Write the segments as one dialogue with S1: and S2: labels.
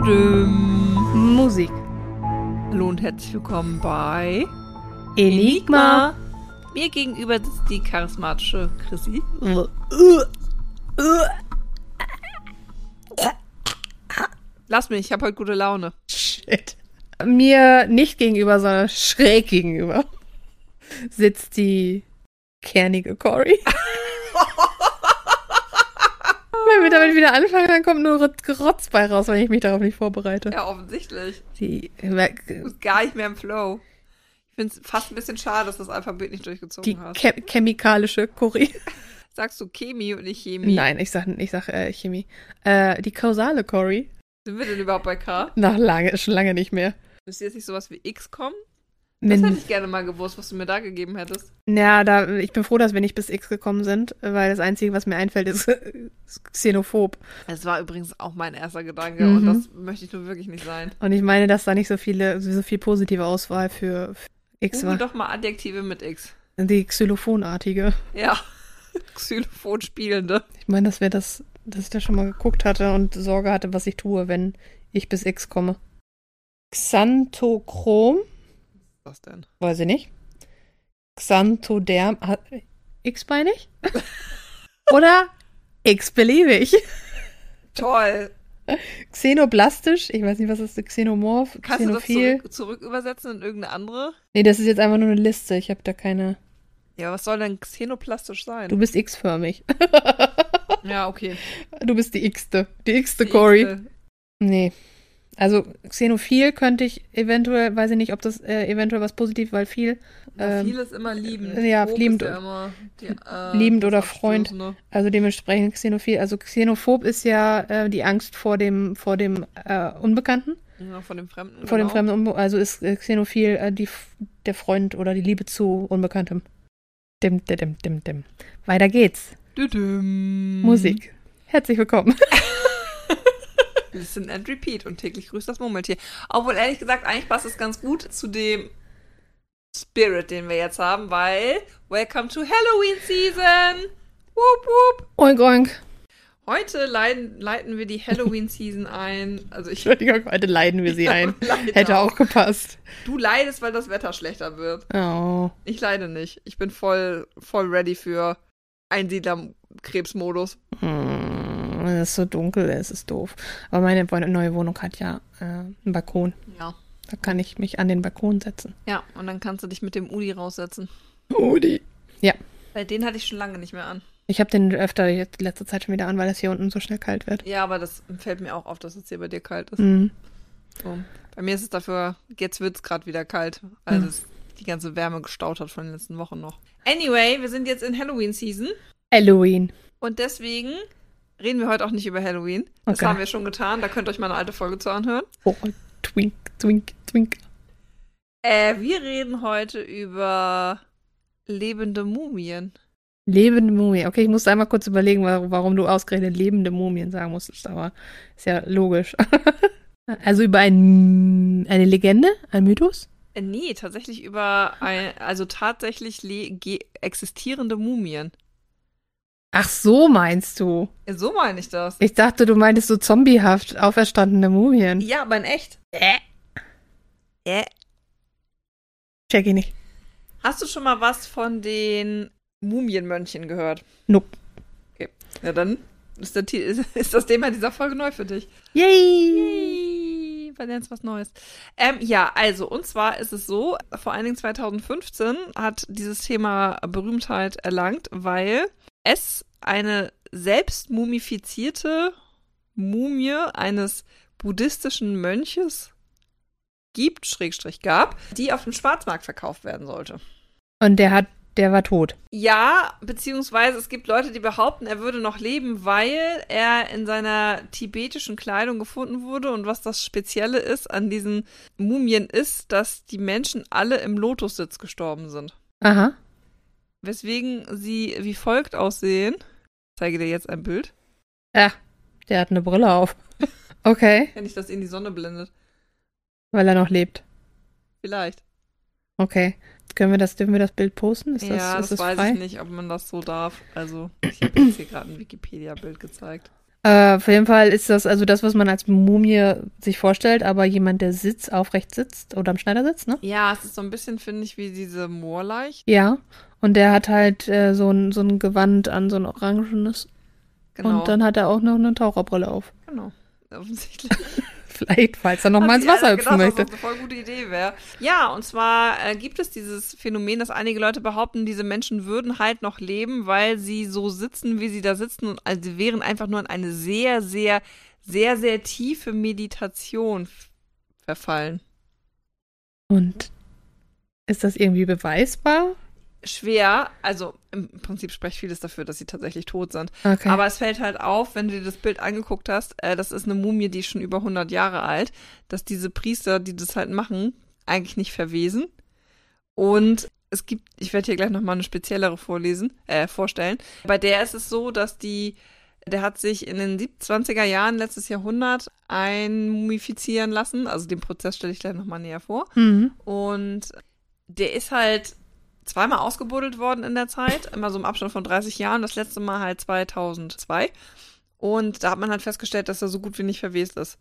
S1: Dü-dü-dü-düm.
S2: Musik.
S1: Hallo und herzlich willkommen bei
S2: Enigma.
S1: Mir gegenüber sitzt die charismatische Chrissy. Lass mich, ich habe heute gute Laune.
S2: Shit. Mir nicht gegenüber, sondern schräg gegenüber sitzt die kernige Cory. wenn wir damit wieder anfangen, dann kommt nur Rot- Gerotz bei raus, wenn ich mich darauf nicht vorbereite.
S1: Ja, offensichtlich.
S2: Die, äh,
S1: Du bist gar nicht mehr im Flow. Ich finde es fast ein bisschen schade, dass du das Alphabet nicht durchgezogen
S2: die
S1: hast.
S2: che chemikalische Cory.
S1: Sagst du Chemie und nicht Chemie?
S2: Nein, ich sag, ich sag äh, Chemie. Äh, die kausale Cory.
S1: Sind wir denn überhaupt bei K?
S2: Nach lange, schon lange nicht mehr.
S1: Müsste jetzt nicht sowas wie X kommen? Das hätte
S2: Min
S1: ich gerne mal gewusst, was du mir da gegeben hättest.
S2: ja, da, ich bin froh, dass wir nicht bis X gekommen sind, weil das Einzige, was mir einfällt, ist xenophob.
S1: Es war übrigens auch mein erster Gedanke und
S2: Mhm.
S1: das möchte ich nur wirklich nicht sein.
S2: Und ich meine, dass da nicht so viele, so viel positive Auswahl für, für X
S1: Google
S2: war.
S1: Oh, doch mal Adjektive mit X.
S2: Die xylophonartige.
S1: Ja. Xylophon spielende.
S2: Ich meine, dass wir das, dass ich das schon mal geguckt hatte und Sorge hatte, was ich tue, wenn ich bis X komme. Xanthochrom,
S1: Was denn?
S2: weiß ich nicht. Xanthoderm, ha- x-beinig? Oder x-beliebig?
S1: Toll.
S2: Xenoplastisch, ich weiß nicht, was ist Xenomorph,
S1: Kannst du das
S2: Xenophil.
S1: zurück, zurück übersetzen in irgendeine andere?
S2: nee, das ist jetzt einfach nur eine Liste, ich habe da keine.
S1: Ja, was soll denn xenoplastisch sein?
S2: Du bist x-förmig.
S1: ja, okay.
S2: Du bist die x-te, die x-te
S1: Die
S2: Cory.
S1: X-te.
S2: Nee. Also Xenophil könnte ich eventuell, weiß ich nicht, ob das äh, eventuell was positiv, weil viel,
S1: Ja,
S2: ähm,
S1: viel ist immer liebend.
S2: ja,
S1: Phob
S2: liebend
S1: ist ja
S2: und- Hm,
S1: immer die, äh, ne?
S2: liebend
S1: das
S2: oder Freund.
S1: Abstoßende.
S2: also dementsprechend Xenophil. Also Xenophob ist ja äh, die Angst vor dem, vor dem äh, Unbekannten,
S1: Ja, von dem Fremden.
S2: vor dem
S1: genau.
S2: fremden Unbe Also ist äh, Xenophil äh, die, F- der Freund oder die Liebe zu Unbekanntem. Dim, dim, dim, dim, dim. Weiter geht's. Mhm.
S1: Düdüm.
S2: Musik. Herzlich willkommen.
S1: Listen and repeat und täglich grüßt das Murmeltier. Obwohl, ehrlich gesagt, eigentlich passt es ganz gut zu dem Spirit, den wir jetzt haben, weil Welcome to Halloween Season! Wup, wup.
S2: Oink, oink.
S1: Heute leiten, leiten wir die Halloween Season ein. Also ich
S2: Entschuldigung, heute leiden wir sie ein.
S1: leite
S2: Hätte auch gepasst.
S1: Du leidest, weil das Wetter schlechter wird.
S2: Oh.
S1: Ich leide nicht. Ich bin voll, voll ready für Einsiedlerkrebsmodus.
S2: Mm, Wenn es so dunkel ist, ist doof. Aber meine wo- neue Wohnung hat ja äh, einen Balkon.
S1: Ja.
S2: Da kann ich mich an den Balkon setzen.
S1: Ja, und dann kannst du dich mit dem Uli raussetzen.
S2: Udi.
S1: Weil den hatte ich schon lange nicht mehr an.
S2: Ich habe den öfter jetzt in letzter Zeit schon wieder an, weil es hier unten so schnell kalt wird.
S1: Ja, aber das fällt mir auch auf, dass es hier bei dir kalt ist.
S2: Mm.
S1: So. Bei mir ist es dafür, jetzt wird es gerade wieder kalt, weil
S2: Hm.
S1: es die ganze Wärme gestaut hat von den letzten Wochen noch. Anyway, wir sind jetzt in Halloween-Season
S2: Halloween.
S1: und deswegen reden wir heute auch nicht über Halloween. Das
S2: Okay.
S1: haben wir schon getan, da könnt ihr euch mal eine alte Folge zu anhören.
S2: Oh, twink, twink, twink.
S1: Äh, wir reden heute über lebende Mumien.
S2: Lebende Mumie. Okay, ich musste einmal kurz überlegen, wa- warum du ausgerechnet lebende Mumien sagen musstest, aber ist ja logisch. also über ein, eine Legende, ein Mythos?
S1: Äh, nee, tatsächlich über, ein, also tatsächlich le- ge- existierende Mumien.
S2: Ach so, meinst du?
S1: Äh, So meine ich das.
S2: Ich dachte, du meintest so zombiehaft auferstandene Mumien.
S1: Ja, aber in echt.
S2: Äh.
S1: Äh.
S2: Check ich nicht.
S1: Hast du schon mal was von den Mumienmönchen gehört?
S2: Nope.
S1: Ja, dann ist, der, Ti- ist ist das Thema dieser Folge neu für dich.
S2: Yay!
S1: Yay, Wir lernen was Neues. Ähm, ja, also, und zwar ist es so, vor allen Dingen 2015 hat dieses Thema Berühmtheit erlangt, weil es eine selbst mumifizierte Mumie eines buddhistischen Mönches gibt, Schrägstrich gab, die auf dem Schwarzmarkt verkauft werden sollte.
S2: Und der hat, der war tot.
S1: Ja, beziehungsweise es gibt Leute, die behaupten, er würde noch leben, weil er in seiner tibetischen Kleidung gefunden wurde. Und was das Spezielle ist an diesen Mumien ist, dass die Menschen alle im Lotussitz gestorben sind.
S2: Aha.
S1: Weswegen sie wie folgt aussehen. Ich zeige dir jetzt ein Bild.
S2: Ja, der hat eine Brille auf. Okay,
S1: Wenn ich das in die Sonne blendet.
S2: weil er noch lebt.
S1: Vielleicht.
S2: Okay. Können wir das, dürfen wir das Bild posten? Ist das,
S1: ja,
S2: ist
S1: das
S2: das
S1: weiß
S2: frei?
S1: ich nicht, ob man das so darf. Also, ich habe jetzt hier gerade ein Wikipedia-Bild gezeigt.
S2: Äh, auf jeden Fall ist das also das, was man als Mumie sich vorstellt, aber jemand, der sitzt, aufrecht sitzt oder am Schneider sitzt, ne?
S1: Ja, es ist so ein bisschen, finde ich, wie diese Moorleiche.
S2: Ja. Und der hat halt äh, so, ein, so ein Gewand an, so ein orangenes.
S1: Genau.
S2: Und dann hat er auch noch eine Taucherbrille auf.
S1: genau. Offensichtlich.
S2: Vielleicht, falls er noch
S1: Hat
S2: mal ins
S1: sie
S2: Wasser
S1: einer
S2: hüpfen
S1: gedacht,
S2: möchte.
S1: dass genau, das eine voll gute Idee wäre. Ja, und zwar äh, gibt es dieses Phänomen, dass einige Leute behaupten, diese Menschen würden halt noch leben, weil sie so sitzen, wie sie da sitzen und also sie wären einfach nur in eine sehr, sehr, sehr, sehr tiefe Meditation f- verfallen.
S2: Und ist das irgendwie beweisbar?
S1: Schwer, also im Prinzip spricht vieles dafür, dass sie tatsächlich tot sind.
S2: Okay.
S1: Aber es fällt halt auf, wenn du dir das Bild angeguckt hast, äh, das ist eine Mumie, die ist schon über 100 Jahre alt, dass diese Priester, die das halt machen, eigentlich nicht verwesen. Und es gibt, ich werde hier gleich nochmal eine speziellere vorlesen, äh, vorstellen. Bei der ist es so, dass die, der hat sich in den 20er Jahren letztes Jahrhundert einmumifizieren lassen. Also den Prozess stelle ich gleich nochmal näher vor.
S2: mhm.
S1: Und der ist halt zweimal ausgebuddelt worden in der Zeit, immer so im Abstand von 30 Jahren, das letzte Mal halt 2002. Und da hat man halt festgestellt, dass er so gut wie nicht verwest ist.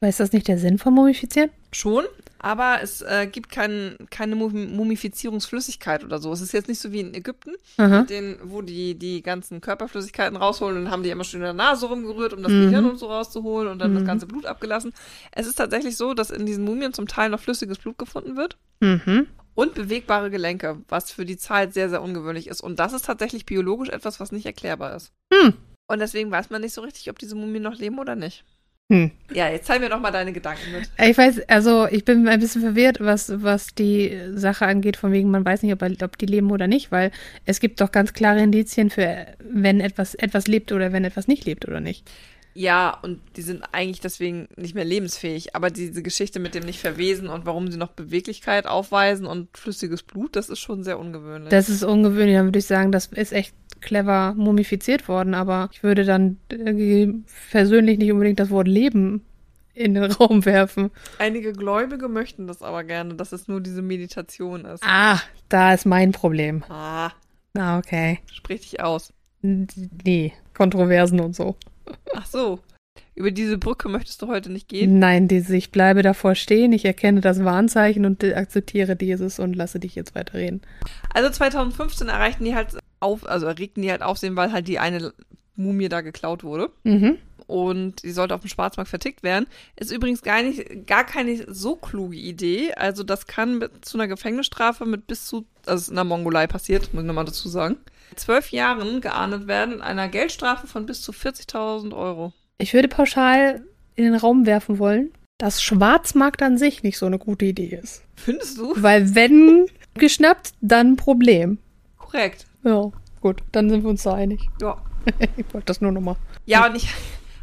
S2: Aber ist das nicht der Sinn vom Mumifizieren?
S1: Schon, aber es äh, gibt kein, keine Mumi- Mumifizierungsflüssigkeit oder so. Es ist jetzt nicht so wie in Ägypten,
S2: Aha.
S1: den, wo die die ganzen Körperflüssigkeiten rausholen und dann haben die immer schön in der Nase rumgerührt, um das
S2: Mhm.
S1: Gehirn und so rauszuholen und dann das
S2: Mhm.
S1: ganze Blut abgelassen. Es ist tatsächlich so, dass in diesen Mumien zum Teil noch flüssiges Blut gefunden wird
S2: Mhm.
S1: und bewegbare Gelenke, was für die Zeit sehr, sehr ungewöhnlich ist. Und das ist tatsächlich biologisch etwas, was nicht erklärbar ist.
S2: Hm.
S1: Und deswegen weiß man nicht so richtig, ob diese Mumien noch leben oder nicht.
S2: Hm.
S1: Ja, jetzt teil mir doch mal deine Gedanken mit.
S2: Ich weiß, also ich bin ein bisschen verwirrt, was, was die Sache angeht, von wegen, man weiß nicht, ob, ob die leben oder nicht, weil es gibt doch ganz klare Indizien für, wenn etwas, etwas lebt oder wenn etwas nicht lebt oder nicht.
S1: Ja, und die sind eigentlich deswegen nicht mehr lebensfähig. Aber diese Geschichte mit dem nicht verwesen und warum sie noch Beweglichkeit aufweisen und flüssiges Blut, das ist schon sehr ungewöhnlich.
S2: Das ist ungewöhnlich, dann würde ich sagen, das ist echt clever mumifiziert worden, aber ich würde dann äh, persönlich nicht unbedingt das Wort Leben in den Raum werfen.
S1: Einige Gläubige möchten das aber gerne, dass es nur diese Meditation ist.
S2: Ah, da ist mein Problem.
S1: Ah,
S2: Ah, okay.
S1: sprich dich aus.
S2: Nee, Kontroversen und so.
S1: Ach so. Über diese Brücke möchtest du heute nicht gehen?
S2: Nein, diese, ich bleibe davor stehen, ich erkenne das Warnzeichen und akzeptiere dieses und lasse dich jetzt weiterreden.
S1: Also 2015 erreichten die halt auf, also erregten die halt Aufsehen, weil halt die eine Mumie da geklaut wurde
S2: Mhm.
S1: und die sollte auf dem Schwarzmarkt vertickt werden. Ist übrigens gar nicht, gar keine so kluge Idee. Also das kann mit, zu einer Gefängnisstrafe mit bis zu, also es ist in der Mongolei passiert, muss ich nochmal dazu sagen, zwölf Jahren geahndet werden, einer Geldstrafe von bis zu 40.000 Euro.
S2: Ich würde pauschal in den Raum werfen wollen, dass Schwarzmarkt an sich nicht so eine gute Idee ist.
S1: Findest du?
S2: Weil wenn geschnappt, dann ein Problem.
S1: Korrekt.
S2: Ja, gut, dann sind wir uns da einig.
S1: Ja.
S2: ich wollte das nur nochmal.
S1: Ja, und ich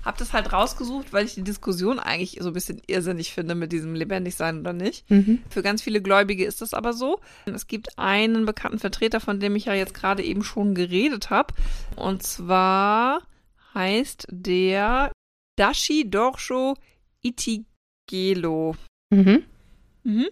S1: habe das halt rausgesucht, weil ich die Diskussion eigentlich so ein bisschen irrsinnig finde mit diesem lebendig sein oder nicht.
S2: Mhm.
S1: Für ganz viele Gläubige ist das aber so. Es gibt einen bekannten Vertreter, von dem ich ja jetzt gerade eben schon geredet habe. Und zwar heißt der Dashi Dorsho Itigelo.
S2: Mhm.
S1: Mhm.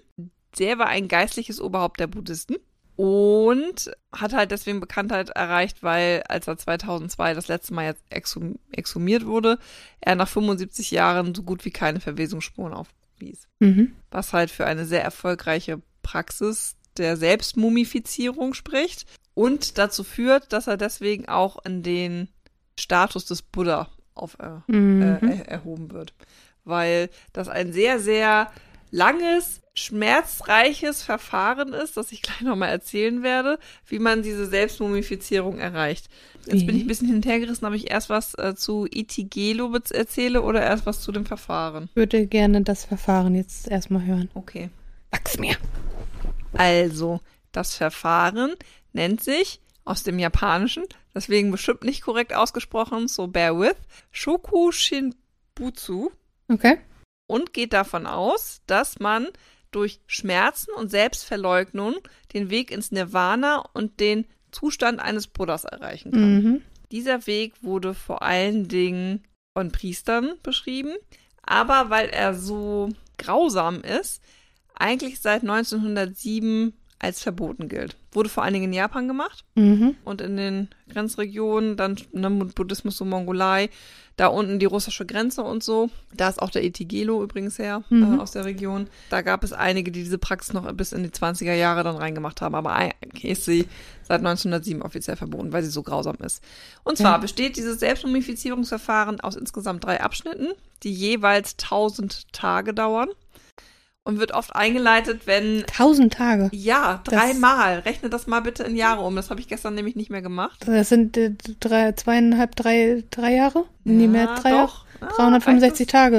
S1: Der war ein geistliches Oberhaupt der Buddhisten und hat halt deswegen Bekanntheit erreicht, weil als er 2002 das letzte Mal jetzt exhum exhumiert wurde, er nach 75 Jahren so gut wie keine Verwesungsspuren aufwies.
S2: Mhm.
S1: Was halt für eine sehr erfolgreiche Praxis der Selbstmumifizierung spricht und dazu führt, dass er deswegen auch in den Status des Buddha auf, äh,
S2: Mhm.
S1: äh, er- erhoben wird. Weil das ein sehr, sehr langes, schmerzreiches Verfahren ist, das ich gleich nochmal erzählen werde, wie man diese Selbstmumifizierung erreicht. Jetzt bin ich ein bisschen hinterhergerissen, ob ich erst was äh, zu Itigelo bez- erzähle oder erst was zu dem Verfahren.
S2: Ich würde gerne das Verfahren jetzt erstmal hören.
S1: Okay.
S2: Wachs mir.
S1: Also, das Verfahren nennt sich aus dem Japanischen, deswegen bestimmt nicht korrekt ausgesprochen, so bear with, Shoku Shinbutsu.
S2: Okay.
S1: und geht davon aus, dass man durch Schmerzen und Selbstverleugnung den Weg ins Nirvana und den Zustand eines Buddhas erreichen kann.
S2: Mhm.
S1: Dieser Weg wurde vor allen Dingen von Priestern beschrieben, aber weil er so grausam ist, eigentlich seit 1907 als verboten gilt. Wurde vor allen Dingen in Japan gemacht
S2: Mhm.
S1: und in den Grenzregionen, dann ne, mit Buddhismus und Mongolei, da unten die russische Grenze und so. Da ist auch der Etigelo übrigens her,
S2: Mhm.
S1: äh, aus der Region. Da gab es einige, die diese Praxis noch bis in die 20er Jahre dann reingemacht haben, aber eigentlich ist sie seit 1907 offiziell verboten, weil sie so grausam ist. Und zwar
S2: Ja.
S1: besteht dieses Selbstmumifizierungsverfahren aus insgesamt drei Abschnitten, die jeweils 1000 Tage dauern. Und wird oft eingeleitet, wenn
S2: Tausend Tage.
S1: ja,
S2: Das-
S1: dreimal. Rechne das mal bitte in Jahre um. Das habe ich gestern nämlich nicht mehr gemacht.
S2: Das sind äh, drei, zweieinhalb, drei, drei Jahre? Nee, mehr als drei Jahre.
S1: doch. Ah,
S2: 365
S1: reicht
S2: Tage.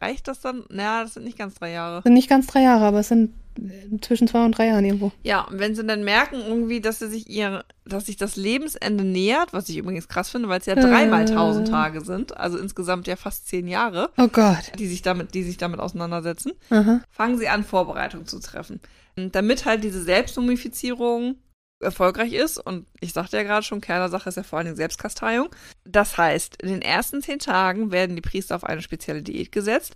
S1: das, reicht das dann? Naja, das sind nicht ganz drei Jahre.
S2: Sind nicht ganz drei Jahre, aber es sind äh, zwischen zwei und drei Jahren irgendwo.
S1: Ja, und wenn sie dann merken irgendwie, dass sie sich ihr, dass sich das Lebensende nähert, was ich übrigens krass finde, weil es ja dreimal
S2: Äh.
S1: tausend Tage sind, also insgesamt ja fast zehn Jahre,
S2: Oh Gott.
S1: die sich damit, die sich damit auseinandersetzen,
S2: Aha.
S1: fangen sie an, Vorbereitungen zu treffen. Und damit halt diese Selbstmumifizierung erfolgreich ist, und ich sagte ja gerade schon, Kern der Sache ist ja vor allen Dingen Selbstkasteiung. Das heißt, in den ersten zehn Tagen werden die Priester auf eine spezielle Diät gesetzt,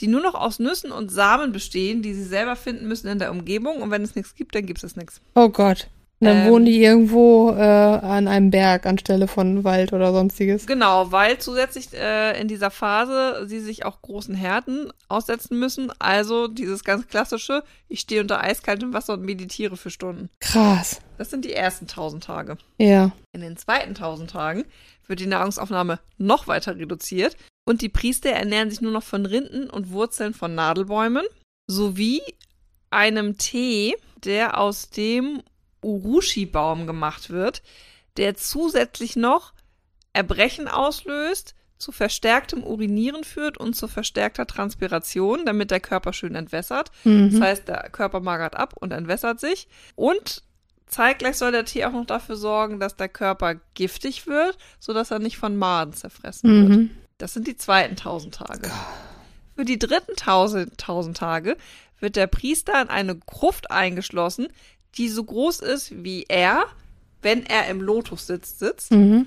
S1: die nur noch aus Nüssen und Samen bestehen, die sie selber finden müssen in der Umgebung. Und wenn es nichts gibt, dann gibt es nichts.
S2: Oh Gott. Dann
S1: Ähm.
S2: wohnen die irgendwo äh, an einem Berg anstelle von Wald oder sonstiges.
S1: Genau, weil zusätzlich äh, in dieser Phase sie sich auch großen Härten aussetzen müssen. Also dieses ganz klassische, ich stehe unter eiskaltem Wasser und meditiere für Stunden.
S2: Krass.
S1: Das sind die ersten 1000 Tage.
S2: Ja.
S1: In den zweiten 1000 Tagen wird die Nahrungsaufnahme noch weiter reduziert und die Priester ernähren sich nur noch von Rinden und Wurzeln von Nadelbäumen sowie einem Tee, der aus dem Urushi-Baum gemacht wird, der zusätzlich noch Erbrechen auslöst, zu verstärktem Urinieren führt und zu verstärkter Transpiration, damit der Körper schön entwässert. Das
S2: Mhm.
S1: heißt, der Körper magert ab und entwässert sich. Und zeitgleich soll der Tee auch noch dafür sorgen, dass der Körper giftig wird, sodass er nicht von Maden zerfressen wird.
S2: Mhm.
S1: Das sind die zweiten tausend Tage. Für die dritten tausend, tausend Tage wird der Priester in eine Gruft eingeschlossen, die so groß ist wie er, wenn er im Lotus sitzt, sitzt.
S2: Mhm.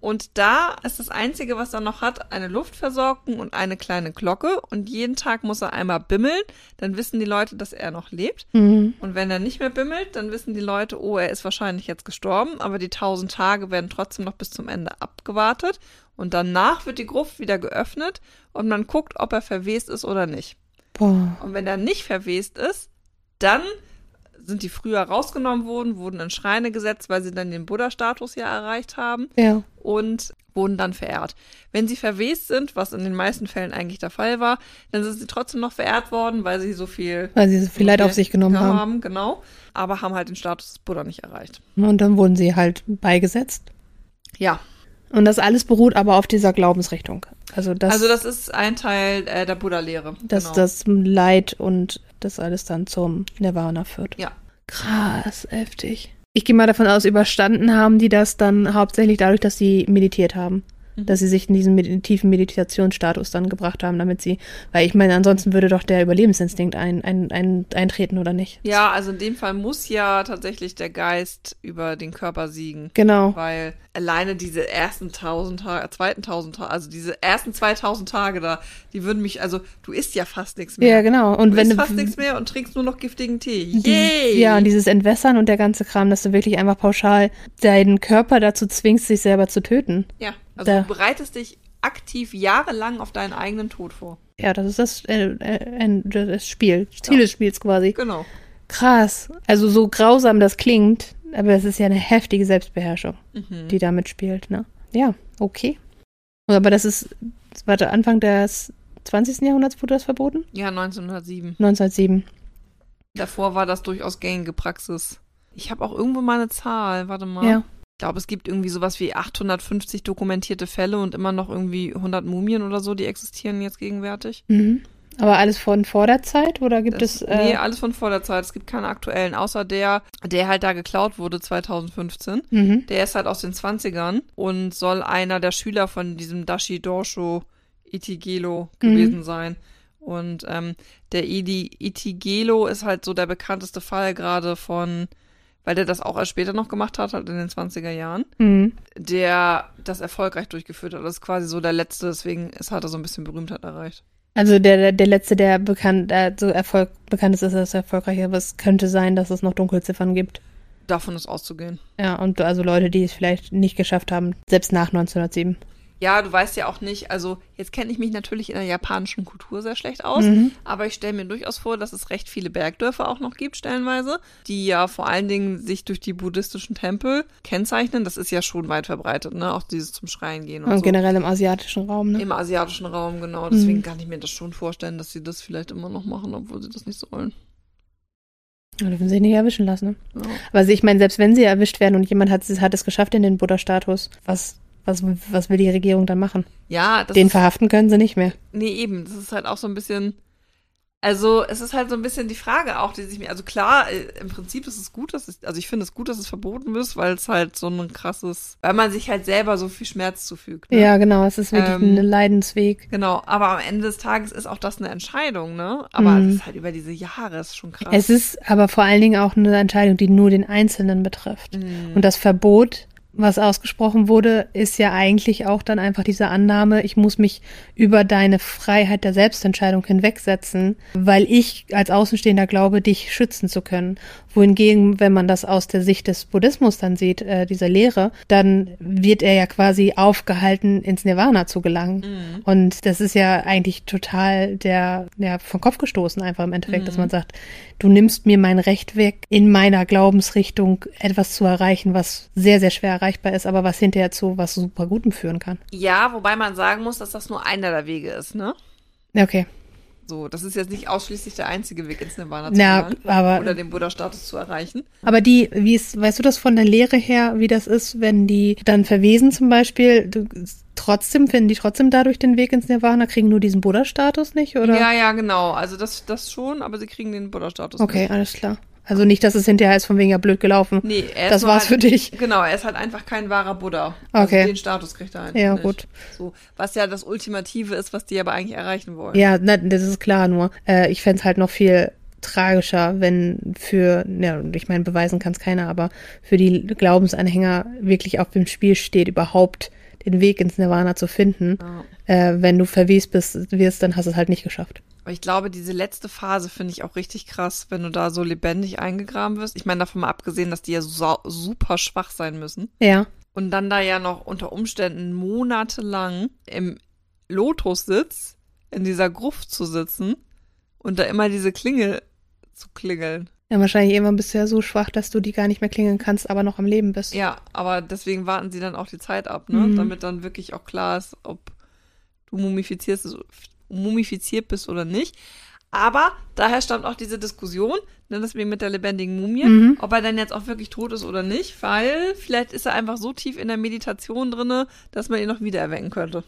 S1: Und da ist das Einzige, was er noch hat, eine Luftversorgung und eine kleine Glocke. Und jeden Tag muss er einmal bimmeln. Dann wissen die Leute, dass er noch lebt.
S2: Mhm.
S1: Und wenn er nicht mehr bimmelt, dann wissen die Leute, oh, er ist wahrscheinlich jetzt gestorben. Aber die tausend Tage werden trotzdem noch bis zum Ende abgewartet. Und danach wird die Gruft wieder geöffnet und man guckt, ob er verwest ist oder nicht.
S2: Boah.
S1: Und wenn er nicht verwest ist, dann sind die früher rausgenommen worden, wurden in Schreine gesetzt, weil sie dann den Buddha-Status ja erreicht haben
S2: Ja.
S1: und wurden dann verehrt. Wenn sie verwest sind, was in den meisten Fällen eigentlich der Fall war, dann sind sie trotzdem noch verehrt worden, weil sie so viel,
S2: Weil sie so viel Leid auf sich genommen
S1: genommen
S2: haben.
S1: haben. Genau, aber haben halt den Status des Buddha nicht erreicht.
S2: Und dann wurden sie halt beigesetzt.
S1: Ja,
S2: Und das alles beruht aber auf dieser Glaubensrichtung. Also das,
S1: also das ist ein Teil äh, der Buddha-Lehre. genau.
S2: dass das Leid und das alles dann zum Nirvana führt.
S1: Ja.
S2: Krass, heftig. Ich gehe mal davon aus, überstanden haben die das dann hauptsächlich dadurch, dass sie meditiert haben.
S1: Mhm.
S2: Dass sie sich in diesen med tiefen Meditationsstatus dann gebracht haben, damit sie, weil ich meine, ansonsten würde doch der Überlebensinstinkt ein, ein, ein, eintreten, oder nicht?
S1: ja, also in dem Fall muss ja tatsächlich der Geist über den Körper siegen.
S2: Genau.
S1: Weil alleine diese ersten 1000 Tage, zweiten 1000 Tage, also diese ersten 2000 Tage da, die würden mich, also du isst ja fast nichts mehr.
S2: Ja, genau. Und
S1: Du
S2: wenn
S1: isst
S2: du,
S1: fast nichts mehr und trinkst nur noch giftigen Tee. Yay!
S2: Dieses, ja, und dieses Entwässern und der ganze Kram, dass du wirklich einfach pauschal deinen Körper dazu zwingst, sich selber zu töten.
S1: ja, also
S2: da-
S1: du bereitest dich aktiv jahrelang auf deinen eigenen Tod vor.
S2: Ja, das ist das, äh, äh, ein- das Spiel, Ziel des Spiels quasi.
S1: Genau.
S2: Krass. Also so grausam das klingt, aber es ist ja eine heftige Selbstbeherrschung, die da mitspielt, ne? Ja, okay. Aber das ist, warte, Anfang des 20. Jahrhunderts wurde das verboten?
S1: Ja, 1907.
S2: 1907.
S1: Davor war das durchaus gängige Praxis. Ich habe auch irgendwo mal eine Zahl, warte mal.
S2: Ja.
S1: Ich glaube, es gibt irgendwie sowas wie 850 dokumentierte Fälle und immer noch irgendwie 100 Mumien oder so, die existieren jetzt gegenwärtig.
S2: Mhm. Aber alles von vor der Zeit oder gibt
S1: Das,
S2: es. Äh,
S1: nee, alles von vor der Zeit. Es gibt keine aktuellen, außer der, der halt da geklaut wurde 2015.
S2: mhm.
S1: Der ist halt aus den 20ern und soll einer der Schüler von diesem Dashi Dorsho Itigelo gewesen sein. Und ähm, der Idi Itigelo ist halt so der bekannteste Fall gerade von, weil der das auch erst später noch gemacht hat, halt in den 20er Jahren,
S2: Mhm.
S1: der das erfolgreich durchgeführt hat. Das ist quasi so der letzte, deswegen ist, hat er so ein bisschen Berühmtheit erreicht.
S2: Also der, der, der letzte, der bekannt, der so Erfolg, bekannt ist, ist das erfolgreiche, aber es könnte sein, dass es noch Dunkelziffern gibt.
S1: Davon ist auszugehen.
S2: Ja, und also Leute, die es vielleicht nicht geschafft haben, selbst nach 1907.
S1: Ja, du weißt ja auch nicht, also jetzt kenne ich mich natürlich in der japanischen Kultur sehr schlecht aus,
S2: Mhm.
S1: aber ich stelle mir durchaus vor, dass es recht viele Bergdörfer auch noch gibt, stellenweise, die ja vor allen Dingen sich durch die buddhistischen Tempel kennzeichnen. Das ist ja schon weit verbreitet, ne? Auch dieses zum Schreien gehen und,
S2: Und
S1: so.
S2: generell im asiatischen Raum, ne? Mhm.
S1: Im asiatischen Raum, genau. Deswegen kann ich mir das schon vorstellen, dass sie das vielleicht immer noch machen, obwohl sie das nicht sollen.
S2: Da dürfen sie sich nicht erwischen lassen, ne?
S1: Ja.
S2: Aber ich meine, selbst wenn sie erwischt werden und jemand hat, hat es geschafft in den Buddha-Status, was, was, was will die Regierung dann machen?
S1: Ja, das
S2: den
S1: ist,
S2: verhaften können sie nicht mehr.
S1: nee, eben, das ist halt auch so ein bisschen, also es ist halt so ein bisschen die Frage auch, die sich mir, also klar, äh, im Prinzip ist es gut, dass es, also ich finde es gut, dass es verboten ist, weil es halt so ein krasses, weil man sich halt selber so viel Schmerz zufügt. Ne?
S2: Ja, genau, es ist wirklich
S1: Ähm,
S2: ein Leidensweg.
S1: Genau, aber am Ende des Tages ist auch das eine Entscheidung, ne? Aber
S2: Mhm.
S1: das ist halt über diese Jahre ist schon krass.
S2: Es ist aber vor allen Dingen auch eine Entscheidung, die nur den Einzelnen betrifft.
S1: Mhm.
S2: Und das Verbot, was ausgesprochen wurde, ist ja eigentlich auch dann einfach diese Annahme, ich muss mich über deine Freiheit der Selbstentscheidung hinwegsetzen, weil ich als Außenstehender glaube, dich schützen zu können. Wohingegen, wenn man das aus der Sicht des Buddhismus dann sieht, äh, dieser Lehre, dann wird er ja quasi aufgehalten, ins Nirvana zu gelangen.
S1: Mhm.
S2: Und das ist ja eigentlich total der, ja, vom Kopf gestoßen einfach im Endeffekt,
S1: Mhm.
S2: dass man sagt, du nimmst mir mein Recht weg, in meiner Glaubensrichtung etwas zu erreichen, was sehr, sehr schwer erreichbar ist, aber was hinterher zu was super Gutem führen kann.
S1: Ja, wobei man sagen muss, dass das nur einer der Wege ist, ne?
S2: Ja, Okay,
S1: So, das ist jetzt nicht ausschließlich der einzige Weg ins Nirvana zu
S2: na,
S1: gelangen oder
S2: aber,
S1: den Buddha-Status zu erreichen.
S2: aber die, wie ist, weißt du das von der Lehre her, wie das ist, wenn die dann verwesen zum Beispiel, du, trotzdem finden die trotzdem dadurch den Weg ins Nirvana, kriegen nur diesen Buddha-Status nicht, oder?
S1: Ja, ja, genau. Also das, das schon, aber sie kriegen den Buddha-Status.
S2: Okay,
S1: Nicht.
S2: alles klar. Also nicht, dass es hinterher ist, von wegen ja blöd gelaufen.
S1: Nee, er ist
S2: Das
S1: nur
S2: war's
S1: halt,
S2: für dich.
S1: Genau, er ist halt einfach kein wahrer Buddha. Also
S2: Okay.
S1: Den Status kriegt er einfach
S2: Ja,
S1: nicht.
S2: gut.
S1: So, was ja das Ultimative ist, was die aber eigentlich erreichen wollen.
S2: Ja, na, das ist klar, nur äh, ich fänd's halt noch viel tragischer, wenn für, ja, ich meine, beweisen kann's keiner, aber für die Glaubensanhänger wirklich auf dem Spiel steht, überhaupt den Weg ins Nirvana zu finden.
S1: Ja.
S2: Äh, wenn du verwies bist, wirst, dann hast du es halt nicht geschafft.
S1: Aber ich glaube, diese letzte Phase finde ich auch richtig krass, wenn du da so lebendig eingegraben wirst. Ich meine, davon mal abgesehen, dass die ja so, super schwach sein müssen.
S2: Ja,
S1: Und dann da ja noch unter Umständen monatelang im Lotus sitzt, in dieser Gruft zu sitzen und da immer diese Klingel zu klingeln.
S2: ja wahrscheinlich irgendwann bist du ja so schwach, dass du die gar nicht mehr klingeln kannst, aber noch am Leben bist.
S1: Ja, aber deswegen warten sie dann auch die Zeit ab, ne?
S2: Mhm.
S1: Damit dann wirklich auch klar ist, ob du mumifizierst, mumifiziert bist oder nicht. Aber daher stammt auch diese Diskussion, ne, deswegen mit der lebendigen Mumie,
S2: Mhm.
S1: ob er dann jetzt auch wirklich tot ist oder nicht, weil vielleicht ist er einfach so tief in der Meditation drinne, dass man ihn noch wieder erwecken könnte.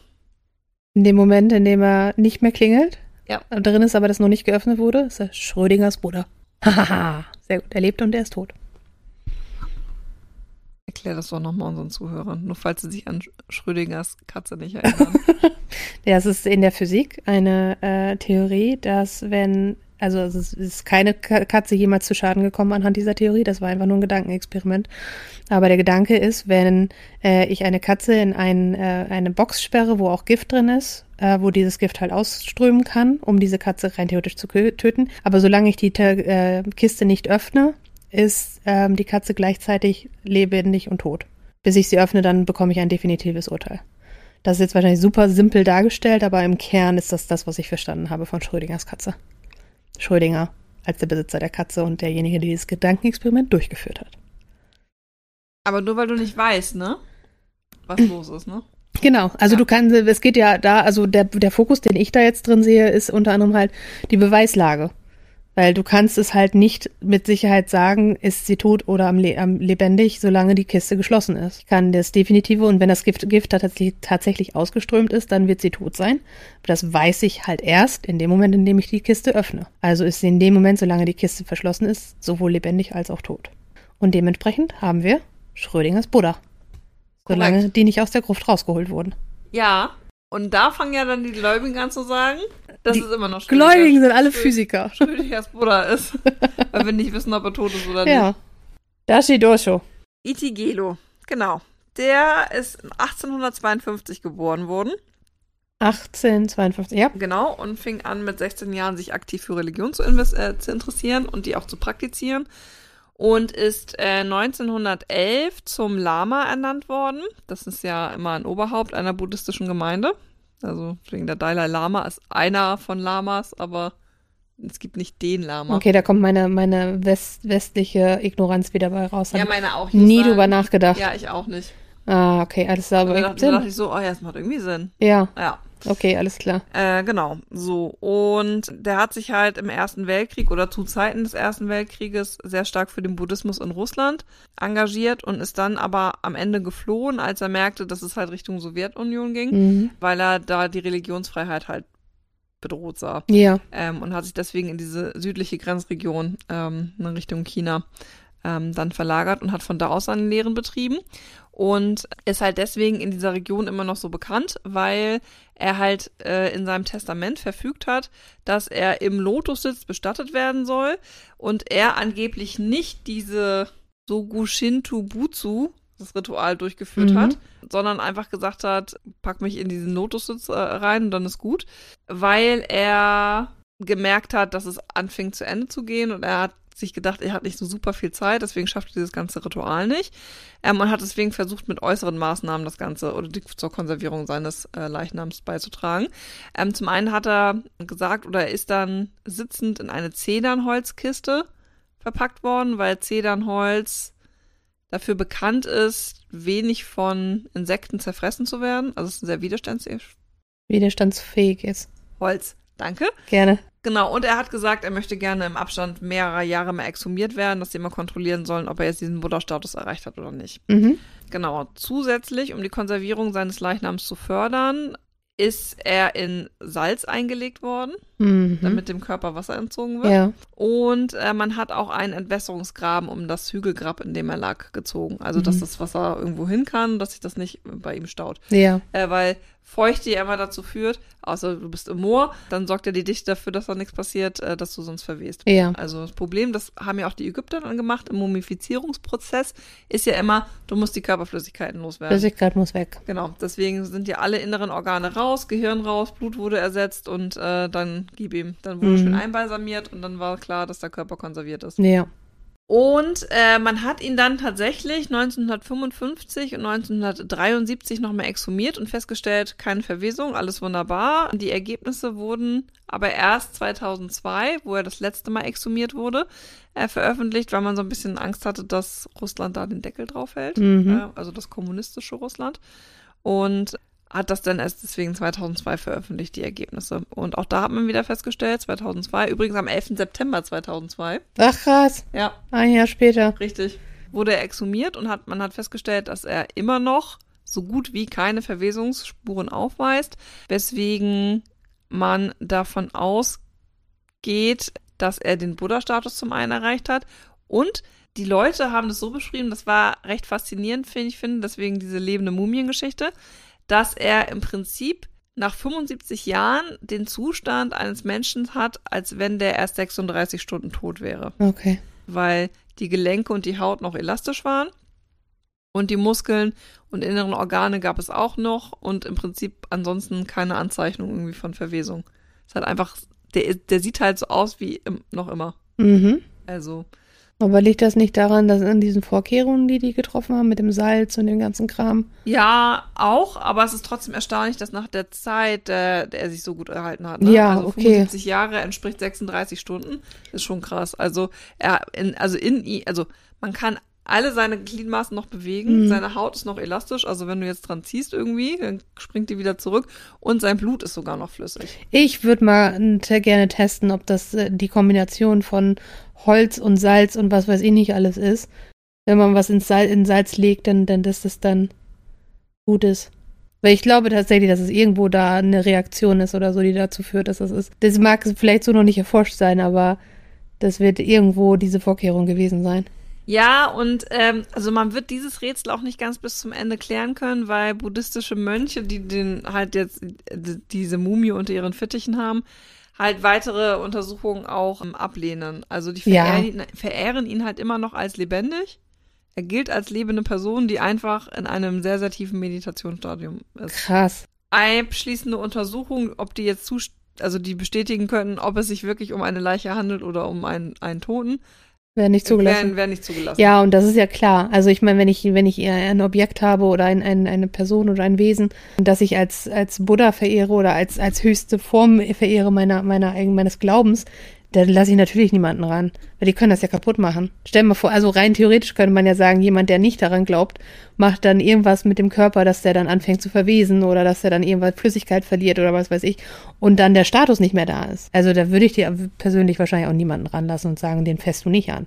S2: In dem Moment, in dem er nicht mehr klingelt,
S1: Ja.
S2: drin ist aber das noch nicht geöffnet wurde, ist er Schrödingers Bruder. Hahaha, sehr gut, er lebt und er ist tot.
S1: Erklär das doch nochmal unseren Zuhörern, nur falls sie sich an Sch- Schrödingers Katze nicht erinnern.
S2: Ja, es ist in der Physik eine äh, Theorie, dass wenn, also es ist- es ist keine Ka- Katze jemals zu Schaden gekommen anhand dieser Theorie, das war einfach nur ein Gedankenexperiment. Aber der Gedanke ist, wenn äh, ich eine Katze in ein, äh, eine Box sperre, wo auch Gift drin ist, äh, wo dieses Gift halt ausströmen kann, um diese Katze rein theoretisch zu kö- töten. Aber solange ich die Te- äh, Kiste nicht öffne, ist ähm, die Katze gleichzeitig lebendig und tot. Bis ich sie öffne, dann bekomme ich ein definitives Urteil. Das ist jetzt wahrscheinlich super simpel dargestellt, aber im Kern ist das das, was ich verstanden habe von Schrödingers Katze. Schrödinger als der Besitzer der Katze und derjenige, der dieses Gedankenexperiment durchgeführt hat.
S1: Aber nur weil du nicht weißt, ne? Was los ist, ne?
S2: Genau, also
S1: Ja.
S2: du kannst, es geht ja da, also der, der Fokus, den ich da jetzt drin sehe, ist unter anderem halt die Beweislage. Weil du kannst es halt nicht mit Sicherheit sagen, ist sie tot oder am, Le am lebendig, solange die Kiste geschlossen ist. Ich kann das Definitive und wenn das Gift, Gift tatsächlich, tatsächlich ausgeströmt ist, dann wird sie tot sein. Aber das weiß ich halt erst in dem Moment, in dem ich die Kiste öffne. Also ist sie in dem Moment, solange die Kiste verschlossen ist, sowohl lebendig als auch tot. Und dementsprechend haben wir Schrödingers Buddha. Solange
S1: Korrekt.
S2: die nicht aus der Gruft rausgeholt wurden.
S1: Ja. Und da fangen ja dann die Gläubigen an zu sagen, dass
S2: Die
S1: es immer noch Schrödinger-
S2: Gläubigen sind alle
S1: Schrö-
S2: Physiker.
S1: Schrödingers Bruder ist. weil wir nicht wissen, ob er tot ist oder nicht.
S2: Ja. Dashi Dosho.
S1: Itigelo, genau. Der ist 1852 geboren worden
S2: 1852, ja.
S1: Genau, und fing an, mit 16 Jahren sich aktiv für Religion zu, invest- äh, zu interessieren und die auch zu praktizieren. Und ist äh, 1911 zum Lama ernannt worden. Das ist ja immer ein Oberhaupt einer buddhistischen Gemeinde. Also wegen der Dalai Lama ist einer von Lamas, aber es gibt nicht den Lama.
S2: Okay, da kommt meine, meine west, westliche Ignoranz wieder bei raus.
S1: Ja,
S2: Hab
S1: meine auch. Ich muss
S2: nie
S1: sagen,
S2: drüber nachgedacht.
S1: Ja, ich auch nicht.
S2: Ah, okay, alles klar,
S1: Aber
S2: aber
S1: da
S2: ergibt
S1: dachte, da dachte
S2: Sinn.
S1: ich so, oh ja, es macht irgendwie Sinn.
S2: Ja,
S1: Ja,
S2: okay, alles klar.
S1: äh, genau, so. Und der hat sich halt im Ersten Weltkrieg oder zu Zeiten des Ersten Weltkrieges sehr stark für den Buddhismus in Russland engagiert und ist dann aber am Ende geflohen, als er merkte, dass es halt Richtung Sowjetunion ging,
S2: Mhm.
S1: weil er da die Religionsfreiheit halt bedroht sah
S2: Ja,
S1: ähm, und hat sich deswegen in diese südliche Grenzregion ähm, in Richtung China ähm, dann verlagert und hat von da aus seine Lehren betrieben und ist halt deswegen in dieser Region immer noch so bekannt, weil er halt äh, in seinem Testament verfügt hat, dass er im Lotussitz bestattet werden soll und er angeblich nicht diese Sogu Shinto Butsu das Ritual durchgeführt
S2: Mhm.
S1: hat, sondern einfach gesagt hat, pack mich in diesen Lotussitz äh, rein und dann ist gut, weil er gemerkt hat, dass es anfing zu Ende zu gehen und er hat sich gedacht, er hat nicht so super viel Zeit, deswegen schafft er dieses ganze Ritual nicht. Ähm, und hat deswegen versucht, mit äußeren Maßnahmen das Ganze oder die, zur Konservierung seines äh, Leichnams beizutragen. Ähm, zum einen hat er gesagt oder er ist dann sitzend in eine Zedernholzkiste verpackt worden, weil Zedernholz dafür bekannt ist, wenig von Insekten zerfressen zu werden. Also es ist ein sehr widerstandsfähiges
S2: widerstandsfähig ist.
S1: Holz. Danke.
S2: Gerne.
S1: Genau, und er hat gesagt, er möchte gerne im Abstand mehrerer Jahre mal exhumiert werden, dass sie mal kontrollieren sollen, ob er jetzt diesen Buddha-Status erreicht hat oder nicht.
S2: Mhm.
S1: Genau, zusätzlich, um die Konservierung seines Leichnams zu fördern, ist er in Salz eingelegt worden,
S2: Mhm.
S1: damit dem Körper Wasser entzogen wird.
S2: ja.
S1: Und äh, man hat auch einen Entwässerungsgraben um das Hügelgrab, in dem er lag, gezogen. Also, dass
S2: Mhm.
S1: das Wasser irgendwo hin kann, dass sich das nicht bei ihm staut.
S2: ja,
S1: Äh, weil Feuchte ja immer dazu führt, außer du bist im Moor, dann sorgt ja die Dichte dafür, dass da nichts passiert, äh, dass du sonst verwehst.
S2: ja,
S1: Also das Problem, das haben ja auch die Ägypter dann gemacht im Mumifizierungsprozess, ist ja immer, du musst die Körperflüssigkeiten loswerden.
S2: Flüssigkeit muss weg.
S1: Genau, deswegen sind ja alle inneren Organe raus, Gehirn raus, Blut wurde ersetzt und äh, dann gib ihm. Dann wurde
S2: Mhm.
S1: schön einbalsamiert und dann war klar, dass der Körper konserviert ist.
S2: Ja.
S1: Und äh, man hat ihn dann tatsächlich 1955 und 1973 nochmal exhumiert und festgestellt, keine Verwesung, alles wunderbar. Die Ergebnisse wurden aber erst 2002, wo er das letzte Mal exhumiert wurde, äh, veröffentlicht, weil man so ein bisschen Angst hatte, dass Russland da den Deckel drauf hält,
S2: Mhm.
S1: äh, also das kommunistische Russland. Und hat das dann erst deswegen 2002 veröffentlicht, die Ergebnisse. Und auch da hat man wieder festgestellt, 2002, übrigens am 11. September 2002,
S2: Ach krass,
S1: ja,
S2: ein Jahr später.
S1: Richtig. Wurde er exhumiert und hat, man hat festgestellt, dass er immer noch so gut wie keine Verwesungsspuren aufweist, weswegen man davon ausgeht, dass er den Buddha-Status zum einen erreicht hat und die Leute haben das so beschrieben, das war recht faszinierend, finde ich, finde, deswegen diese lebende Mumiengeschichte, dass er im Prinzip nach 75 Jahren den Zustand eines Menschen hat, als wenn der erst 36 Stunden tot wäre
S2: Okay.
S1: weil die Gelenke und die Haut noch elastisch waren. Und die Muskeln und inneren Organe gab es auch noch und im Prinzip ansonsten keine Anzeichnung irgendwie von Verwesung. Es hat einfach, der, ist- der sieht halt so aus wie im, noch immer.
S2: Mhm.
S1: Also,
S2: Aber liegt das nicht daran, dass an diesen Vorkehrungen, die die getroffen haben, mit dem Salz und dem ganzen Kram?
S1: ja, auch, aber es ist trotzdem erstaunlich, dass nach der Zeit äh, der er sich so gut erhalten hat. Ne?
S2: Ja,
S1: also
S2: okay.
S1: 75 Jahre entspricht 36 Stunden. Ist schon krass. Also, er, in, also in, i- also man kann alle seine Gliedmaßen noch bewegen,
S2: Mhm.
S1: seine Haut ist noch elastisch, also wenn du jetzt dran ziehst irgendwie, dann springt die wieder zurück und sein Blut ist sogar noch flüssig.
S2: Ich würde mal sehr gerne testen, ob das äh, die Kombination von Holz und Salz und was weiß ich nicht alles ist. Wenn man was ins Salz, in Salz legt, dann, dann dass das dann gut ist. Weil ich glaube tatsächlich, dass es irgendwo da eine Reaktion ist oder so, die dazu führt, dass das ist. Das mag vielleicht so noch nicht erforscht sein, aber das wird irgendwo diese Vorkehrung gewesen sein.
S1: Ja, und ähm, also man wird dieses Rätsel auch nicht ganz bis zum Ende klären können, weil buddhistische Mönche, die den halt jetzt äh, d- diese Mumie unter ihren Fittichen haben, halt weitere Untersuchungen auch ähm, ablehnen. Also die
S2: Ja.
S1: verehren, ihn, verehren ihn halt immer noch als lebendig. Er gilt als lebende Person, die einfach in einem sehr, sehr tiefen Meditationsstadium ist.
S2: Krass.
S1: abschließende Untersuchung, ob die jetzt zust also die bestätigen können, ob es sich wirklich um eine Leiche handelt oder um einen, einen Toten.
S2: Wäre nicht zugelassen.
S1: Wäre wär nicht zugelassen.
S2: Ja, und das ist ja klar. Also ich meine, wenn ich, wenn ich eher ein Objekt habe oder ein, ein, eine Person oder ein Wesen, das ich als, als Buddha verehre oder als, als höchste Form verehre meiner, meiner, meines Glaubens, dann lasse ich natürlich niemanden ran. Weil die können das ja kaputt machen. Stell dir mal vor, also rein theoretisch könnte man ja sagen, jemand, der nicht daran glaubt, macht dann irgendwas mit dem Körper, dass der dann anfängt zu verwesen oder dass er dann irgendwas Flüssigkeit verliert oder was weiß ich und dann der Status nicht mehr da ist. Also da würde ich dir persönlich wahrscheinlich auch niemanden ranlassen und sagen, den fässt du nicht an.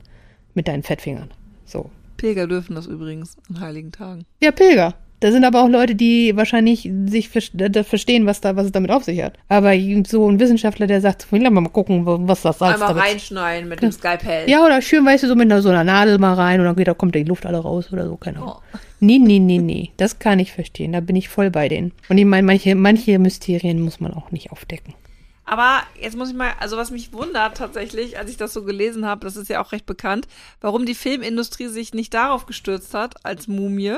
S2: Mit deinen Fettfingern. So.
S1: Pilger dürfen das übrigens an heiligen Tagen.
S2: Ja, Pilger. Da sind aber auch Leute, die wahrscheinlich sich verstehen, was da, was es damit auf sich hat. Aber so ein Wissenschaftler, der sagt, lass mal gucken, was das
S1: Einmal
S2: Salz damit
S1: reinschneiden mit dem Skalpell.
S2: Ja, oder schön, weißt du, so mit einer, so einer Nadel mal rein und dann geht, da kommt die Luft alle raus oder so, keine Ahnung. Nee, nee, nee, nee. Das kann ich verstehen. Da bin ich voll bei denen. Und ich meine, manche, manche Mysterien muss man auch nicht aufdecken.
S1: Aber jetzt muss ich mal, also was mich wundert tatsächlich, als ich das so gelesen habe, das ist ja auch recht bekannt, warum die Filmindustrie sich nicht darauf gestürzt hat als Mumie,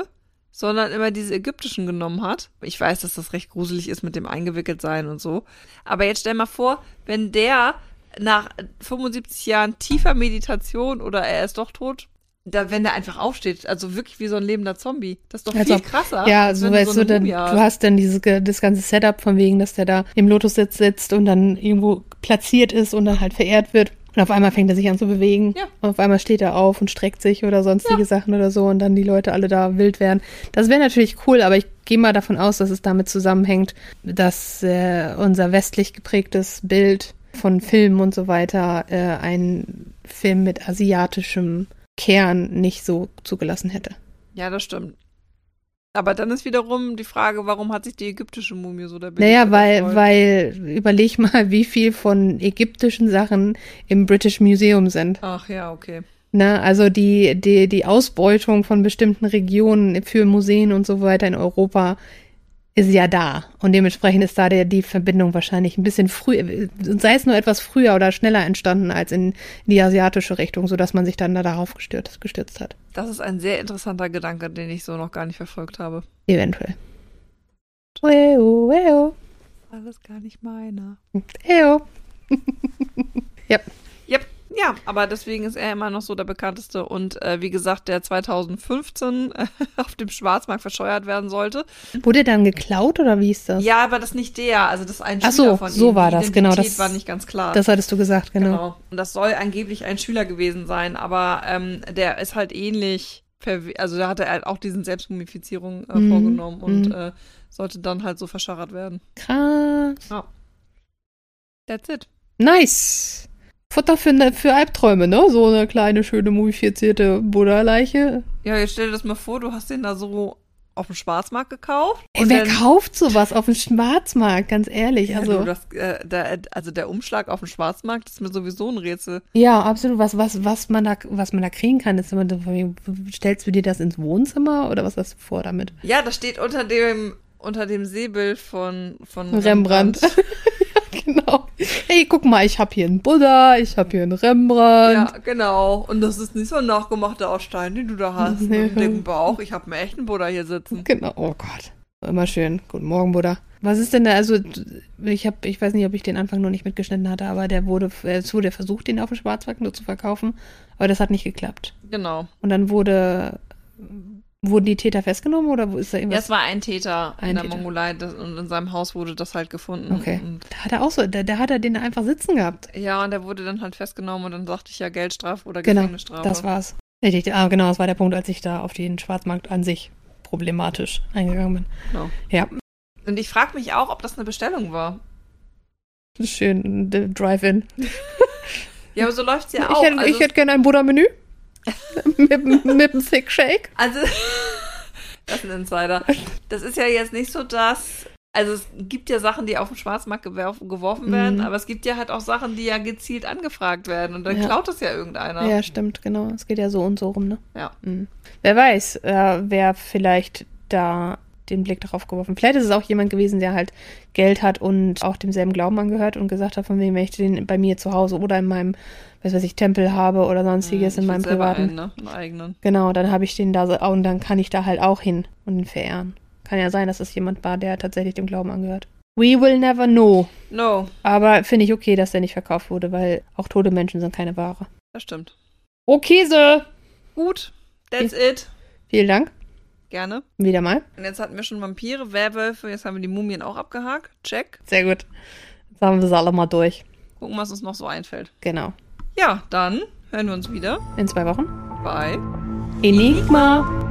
S1: sondern immer diese ägyptischen genommen hat. Ich weiß, dass das recht gruselig ist mit dem Eingewickeltsein und so. Aber jetzt stell mal vor, wenn der nach 75 Jahren tiefer Meditation oder er ist doch tot, da, wenn der einfach aufsteht, also wirklich wie so ein lebender Zombie, das ist doch
S2: Also,
S1: viel krasser.
S2: Ja,
S1: als
S2: so
S1: wenn du
S2: weißt du,
S1: eine
S2: dann,
S1: Mumie
S2: du
S1: hast.
S2: hast dann dieses, ge- das ganze Setup von wegen, dass der da im Lotus sitzt, sitzt und dann irgendwo platziert ist und dann halt verehrt wird. Und auf einmal fängt er sich an zu bewegen.
S1: Ja.
S2: Und auf einmal steht er auf und streckt sich oder sonstige Sachen oder so und dann die Leute alle da wild werden. Das wäre natürlich cool, aber ich gehe mal davon aus, dass es damit zusammenhängt, dass äh, unser westlich geprägtes Bild von Filmen und so weiter äh, einen Film mit asiatischem Kern nicht so zugelassen hätte.
S1: Ja, das stimmt. Aber dann ist wiederum die Frage, warum hat sich die ägyptische Mumie so der
S2: Naja,
S1: Beliebtheit
S2: weil,
S1: erfreut?
S2: weil, überleg mal, wie viel von ägyptischen Sachen im British Museum sind.
S1: Ach ja, okay.
S2: Ne? Also die, die, die Ausbeutung von bestimmten Regionen für Museen und so weiter in Europa ist ja da. Und dementsprechend ist da der, die Verbindung wahrscheinlich ein bisschen früh, sei es nur etwas früher oder schneller entstanden als in die asiatische Richtung, sodass man sich dann da darauf gestürzt, gestürzt hat.
S1: Das ist ein sehr interessanter Gedanke, den ich so noch gar nicht verfolgt habe.
S2: Eventuell. Weo, weo,
S1: Alles gar nicht meiner.
S2: weo.
S1: Yep. Ja, aber deswegen ist er immer noch so der bekannteste und äh, wie gesagt, der 2015 äh, auf dem Schwarzmarkt verscheuert werden sollte.
S2: Wurde dann geklaut oder wie ist das?
S1: Ja, aber das nicht der, also das ist ein
S2: Ach
S1: Schüler
S2: so,
S1: von ihm.
S2: so war
S1: Die
S2: das, genau,
S1: Identität
S2: das-
S1: war nicht ganz klar.
S2: Das hattest du gesagt, genau.
S1: Genau. Und das soll angeblich ein Schüler gewesen sein, aber ähm, der ist halt ähnlich, verwe- also da hat er halt auch diesen Selbstmumifizierung äh,
S2: Mhm,
S1: vorgenommen und
S2: mhm.
S1: äh, sollte dann halt so verscharrt werden.
S2: Krass.
S1: That's it.
S2: Nice. Futter für, ne- für Albträume, ne? So eine kleine, schöne, mumifizierte Buddha-Leiche.
S1: Ja, jetzt stell dir das mal vor, du hast den da so auf dem Schwarzmarkt gekauft.
S2: Ey,
S1: und
S2: wer
S1: dann-
S2: kauft sowas auf dem Schwarzmarkt, ganz ehrlich?
S1: Ja, du,
S2: Also,
S1: das, äh, der, also der Umschlag auf dem Schwarzmarkt ist mir sowieso ein Rätsel.
S2: ja, absolut. Was, was, was, man da, was man da kriegen kann, ist immer, stellst du dir das ins Wohnzimmer oder was hast du vor damit?
S1: Ja, das steht unter dem unter dem Säbel von von
S2: Rembrandt. genau. Hey, guck mal, ich habe hier einen Buddha, ich habe hier einen Rembrandt.
S1: Ja, genau. Und das ist nicht so ein nachgemachter aus Stein, den du da hast. Mit
S2: Nee.
S1: dem dicken Bauch. Ich habe einen echten Buddha hier sitzen.
S2: Genau. Oh Gott. Immer schön. Guten Morgen, Buddha. Was ist denn da? Also, ich habe, ich weiß nicht, ob ich den Anfang noch nicht mitgeschnitten hatte, aber der wurde, es wurde versucht, den auf dem Schwarzmarkt nur zu verkaufen, aber das hat nicht geklappt.
S1: Genau.
S2: Und dann wurde, wurden die Täter festgenommen oder wo ist da
S1: Ja,
S2: irgendwas?
S1: es war ein Täter
S2: Ein
S1: in der
S2: Täter.
S1: Mongolei das, und in seinem Haus wurde das halt gefunden.
S2: Okay.
S1: Und,
S2: Da hat er auch so, da, da hat er den einfach sitzen gehabt.
S1: ja, und der wurde dann halt festgenommen und dann sagte ich ja Geldstrafe oder
S2: Genau,
S1: Gefängnisstrafe.
S2: Das war's. Ich dachte, ah, genau, das war der Punkt, als ich da auf den Schwarzmarkt an sich problematisch eingegangen bin.
S1: Genau.
S2: Ja,
S1: Und ich frage mich auch, ob das eine Bestellung war.
S2: schön, äh, Drive-In.
S1: Ja, aber so läuft's ja
S2: ich
S1: auch.
S2: hätte,
S1: also,
S2: ich hätte gerne ein Buddha-Menü. mit, mit einem Thick Shake.
S1: also das ist ein Insider. Das ist ja jetzt nicht so, dass. Also es gibt ja Sachen, die auf dem Schwarzmarkt gewerf- geworfen werden,
S2: Mhm.
S1: aber es gibt ja halt auch Sachen, die ja gezielt angefragt werden und dann
S2: Ja.
S1: klaut das ja irgendeiner.
S2: Ja. stimmt, genau. Es geht ja so und so rum, ne?
S1: Ja.
S2: Mhm. Wer weiß, äh, wer vielleicht da den Blick darauf geworfen. Vielleicht ist es auch jemand gewesen, der halt Geld hat und auch demselben Glauben angehört und gesagt hat, von wem wenn ich den bei mir zu Hause oder in meinem, was weiß ich, Tempel habe oder sonstiges
S1: Ich
S2: in
S1: würd
S2: meinem
S1: selber
S2: privaten.
S1: Einen, ne? einen eigenen.
S2: oh, Genau, dann habe ich den da so, und dann kann ich da halt auch hin und ihn verehren. Kann ja sein, dass es jemand war, der tatsächlich dem Glauben angehört. We will never know.
S1: No,
S2: Aber finde ich okay, dass der nicht verkauft wurde, weil auch tote Menschen sind keine Ware.
S1: das stimmt.
S2: Okay, so.
S1: Gut, that's it.
S2: Vielen Dank.
S1: Gerne.
S2: Wieder mal.
S1: Und jetzt hatten wir schon Vampire, Werwölfe, jetzt haben wir die Mumien auch abgehakt. Check.
S2: Sehr gut. Jetzt haben wir sie alle mal durch.
S1: Gucken, was uns noch so einfällt.
S2: Genau.
S1: Ja, dann hören wir uns wieder
S2: In zwei Wochen.
S1: bei
S2: Enigma.